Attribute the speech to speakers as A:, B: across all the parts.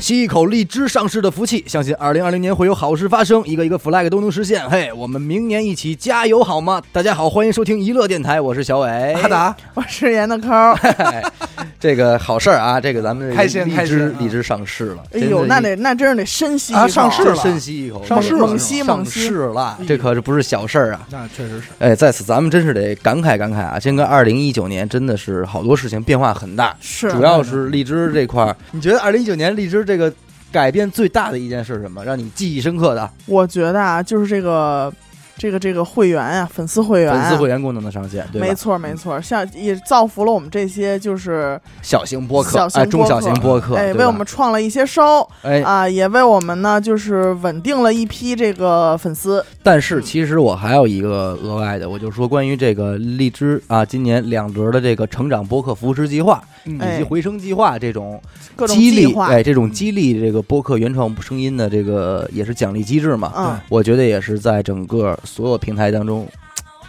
A: 吸一口荔枝上市的福气，相信二零二零年会有好事发生，一个一个 flag 都能实现。嘿，我们明年一起加油好吗？大家好，欢迎收听娱乐电台，我是小伟。
B: 阿达，
C: 我是严的抠 儿。
A: 哎， 这个好事儿啊，这个咱们这个
B: 开心
A: 荔
B: 开
A: 枝
B: 心啊
A: 荔枝上市了。真
C: 哎
A: 的
C: 呦，那得那真是得深吸一
B: 啊
C: 口
B: 上市
A: 真
B: 了
A: 深吸一口，
B: 上市了哎
C: 猛吸猛
A: 上
C: 吸
A: 市了，这可是不是小事儿啊！
B: 那确实是，
A: 哎，在此咱们真是得感慨感慨啊！先跟二零一九年真的是好多事情变化很大，
C: 是
A: 主要是荔枝这块儿。你觉得二零一九年荔枝这个改变最大的一件事是什么？让你记忆深刻的
C: 我觉得啊，就是这个这个这个会员啊，粉丝会员、
A: 粉
C: 啊，
A: 丝会员功能的上线，对吧？
C: 没错没错，像也造福了我们这些就是
A: 小型播客，
C: 小型
A: 哎，中
C: 播
A: 小
C: 客
A: 型播客，
C: 哎
A: 对吧
C: 为我们创了一些收
A: 哎，
C: 啊，也为我们呢就是稳定了一批这个粉丝。
A: 但是其实我还有一个额外的，我就说关于这个荔枝啊，今年两轮的这个成长播客扶持计划以及
C: 哎
A: 回声计划这种
C: 各种
A: 激
C: 计
A: 励，
C: 划，
A: 哎，这种激励这个播客原创声音的这个也是奖励机制嘛，
C: 嗯
A: 我觉得也是在整个所有平台当中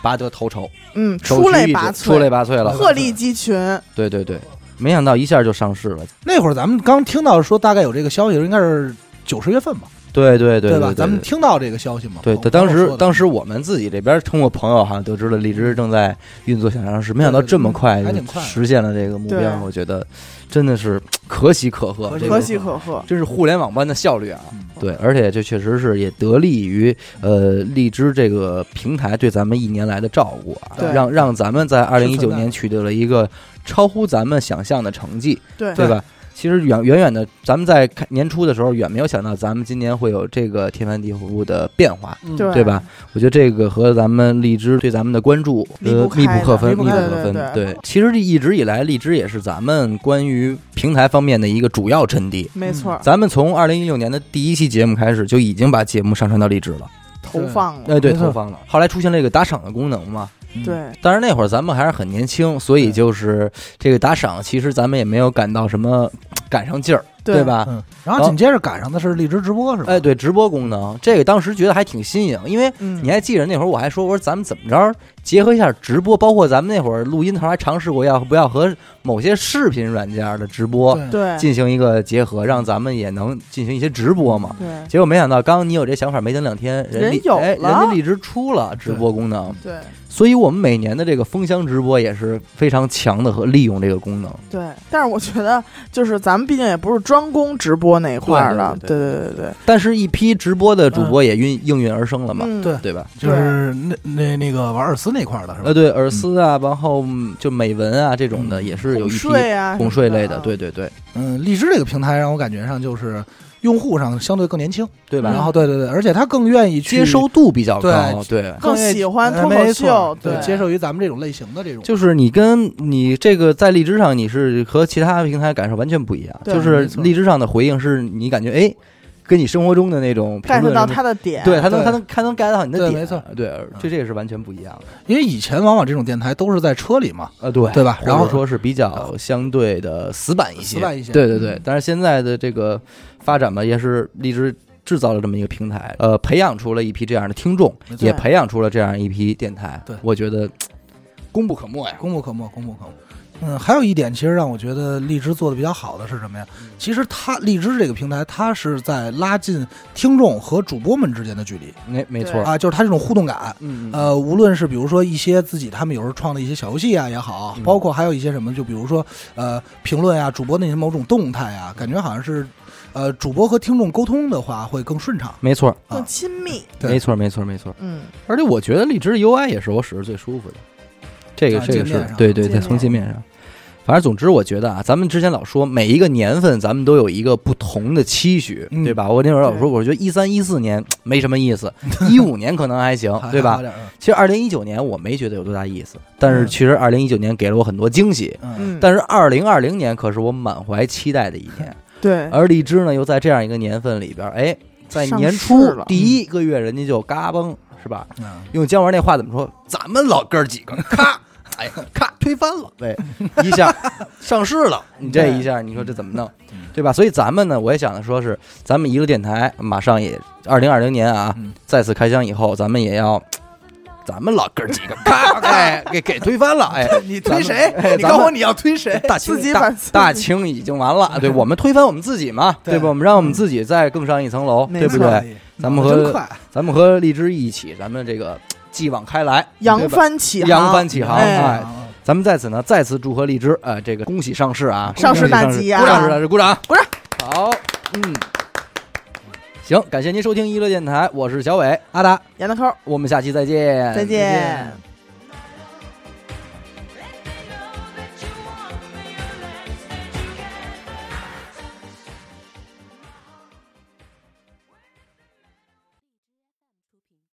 A: 拔得头筹，
C: 嗯，
A: 首
C: 出
A: 屈
C: 类
A: 一指
C: 拔
A: 出类
C: 萃，
A: 拔萃
B: 嗯
A: 了，
C: 鹤立鸡群。
A: 对对对，没想到一下就上市了，
B: 那会儿咱们刚听到说大概有这个消息，应该是九十月份吧，
A: 对对对
B: 吧？
A: 对，
B: 咱们听到这个消息嘛？
A: 对，
B: 我
A: 当
B: 朋友说
A: 时
B: 的
A: 当时我们自己这边通过朋友好像得知了荔枝正在运作想上市，没想到
B: 对对
A: 这么
B: 对
A: 快就
B: 还挺快
A: 实现了这个目
C: 对
A: 标，我觉得真的是可喜可贺，
B: 可喜
A: 这个
C: 可喜可贺，
A: 真是互联网般的效率啊！
B: 嗯
A: 对，而且这确实是也得利于呃荔枝这个平台对咱们一年来的照顾啊，
C: 对
A: 让让咱们在二零一
B: 是
A: 九
B: 存在
A: 年取得了一个超乎咱们想象的成绩，
C: 对
A: 对吧？其实远远远的，咱们在开年初的时候，远没有想到咱们今年会有这个天翻地覆的变化。
B: 嗯
C: 对
A: 对吧？我觉得这个和咱们荔枝对咱们的关注
C: 离
A: 呃
C: 不开
A: 密
C: 的
A: 不可分，
C: 离
A: 密
C: 不
A: 不
C: 开
A: 可
C: 的
A: 分。
C: 对
A: 对，其实一直以来，荔枝也是咱们关于平台方面的一个主要阵地。
C: 没错，
A: 嗯咱们从二零一六年的第一期节目开始，就已经把节目上传到荔枝了，
C: 投放了，
A: 哎，对，
B: 没错
A: 投放了。后来出现了一个打赏的功能嘛，
B: 嗯
C: 对，
A: 但是那会儿咱们还是很年轻，所以
B: 对
A: 就是这个打赏，其实咱们也没有感到什么赶上劲儿，
C: 对
A: 对吧？
B: 嗯，然后紧接着赶上的是荔枝直播是吧？
A: 哎，，对，直播功能，这个当时觉得还挺新颖，因为
C: 嗯，
A: 你还记着那会儿我还说，我说咱们怎么着结合一下直播，包括咱们那会儿录音的时候还尝试过要不要和某些视频软件的直播
B: 对，
C: 对
A: 进行一个结合，让咱们也能进行一些直播嘛。
C: 对
A: 结果没想到，刚你有这想法没等两天，人
C: 嗯人
A: 力
C: 有
A: 哎人
C: 了
A: 家荔枝出了直播功能，
C: 对
A: 所以我们每年的这个封箱直播也是非常强的和利用这个功能。
C: 对，但是我觉得就是咱们毕竟也不是专攻直播那一块儿的，
A: 对
C: 对对对对，
A: 但是，一批直播的主播也应应运而生了嘛，
C: 嗯
B: 对
A: 对吧？
B: 就是那那那个玩尔斯那块儿的是吧
A: 呃，？对，尔斯啊，然后嗯就美文啊这种的，
B: 嗯
A: 也是有一批
C: 税啊，
A: 哄睡类的，对
C: 对
A: 对对，
B: 嗯，荔枝这个平台让我感觉上就是用户上相对更年轻，
A: 对吧？
C: 嗯
B: 然后对对对，而且他更愿意去
A: 接收度比较高，对。
C: 更喜欢
B: 哎
C: 脱口
B: 没错
C: 秀，
B: 对，
C: 对，
B: 接受于咱们这种类型的这种，
A: 就是你跟你这个在荔枝上，你是和其他平台感受完全不一样。
C: 对
A: 就是
B: 没错
A: 荔枝上的回应是你感觉哎，跟你生活中的那种评
C: get
A: 论
C: 到
A: 什么
C: 他的点，
A: 对他能
B: 对
A: 他能他能 get 到你的
B: 对
A: 点，
B: 没错，
A: 对，这这也是完全不一样的。
B: 因为以前往往这种电台都是在车里嘛，
A: 呃，对
B: 对吧然
A: 然后
B: 后
A: 说是比较相对的死板一些，
B: 死板一些
A: 对对对
B: 嗯。
A: 但是现在的这个发展吧，也是荔枝制造了这么一个平台，呃，培养出了一批这样的听众，
B: 没错
A: 也培养出了这样一批电台。
B: 对
A: 我觉得嘖功不可没呀。
B: 哎功不可没，功不可没。嗯，还有一点，其实让我觉得荔枝做的比较好的是什么呀？
D: 嗯
B: 其实它荔枝这个平台，它是在拉近听众和主播们之间的距离
A: 没没错
C: 对，
B: 啊，就是它这种互动感。
A: 嗯嗯
B: 呃，无论是比如说一些自己他们有时候创的一些小游戏啊也好
A: 嗯，
B: 包括还有一些什么，就比如说呃评论啊，主播那些某种动态啊，感觉好像是呃主播和听众沟通的话会更顺畅。
A: 没错，
C: 更亲密，
B: 对
A: 没错，没错，没错。
C: 嗯，
A: 而且我觉得荔枝的 UI 也是我使着最舒服的，这个
B: 啊
A: 这个
B: 界
A: 是
B: 面上
A: 对对
C: 界
A: 对，
C: 面
A: 从界面上。反正总之，我觉得啊，咱们之前老说每一个年份，咱们都有一个不同的期许，
B: 嗯
A: 对吧？我那会儿老说，
C: 对
A: 我觉得一三一四年没什么意思，一五年可能还
D: 哦
A: 行，对
B: 还好
A: 吧？
B: 点儿？
A: 其实二零一九年我没觉得有多大意思，但是
B: 嗯
A: 其实二零一九年给了我很多惊喜。
B: 嗯，
C: 嗯，
A: 但是二零二零年可是我满怀期待的一年，
B: 哎
C: 对
A: 而荔枝呢又在这样一个年份里边，哎，在
C: 上
A: 年
C: 市
A: 初
C: 了
A: 第一个月人家就嘎嘣，是吧？
B: 嗯，
A: 用姜文那话怎么说？咱们老哥儿几 个，咔，哎，咔推翻了，对，一下 上市 了，你这一下，你说这怎么弄
B: 嗯，
A: 对吧？所以咱们呢，我也想的说是，咱们一个电台马上也二零二零年啊
B: 嗯，
A: 再次开箱以后，咱们也要咱们老哥儿几个 啪，哎，给给推翻了，哎，
D: 你推谁
A: 咱们哎？
D: 你告诉我你要推谁？
A: 大清
C: 自己
A: 大
C: 反思
A: 大清已经 完了，对我们推翻我们自己嘛，
D: 对嗯
A: 对吧？我们让我们自己再更上一层楼，哦对不对？？咱们
D: 真
A: 和
D: 快，
A: 咱们和荔枝一起，咱们这个继往开来，
C: 扬
A: 对吧
C: 帆起航，
A: 扬帆起航，
C: 哎
A: 哎，咱们在此呢再次祝贺荔枝，呃，这个恭喜上市啊，
C: 上市大吉啊
A: 恭喜上市大吉，鼓掌，
C: 鼓掌，
A: 好，嗯，行，感谢您收听娱乐电台，我是小伟阿达，
C: 闫德抠，
A: 哎我们下期再见，
C: 再见。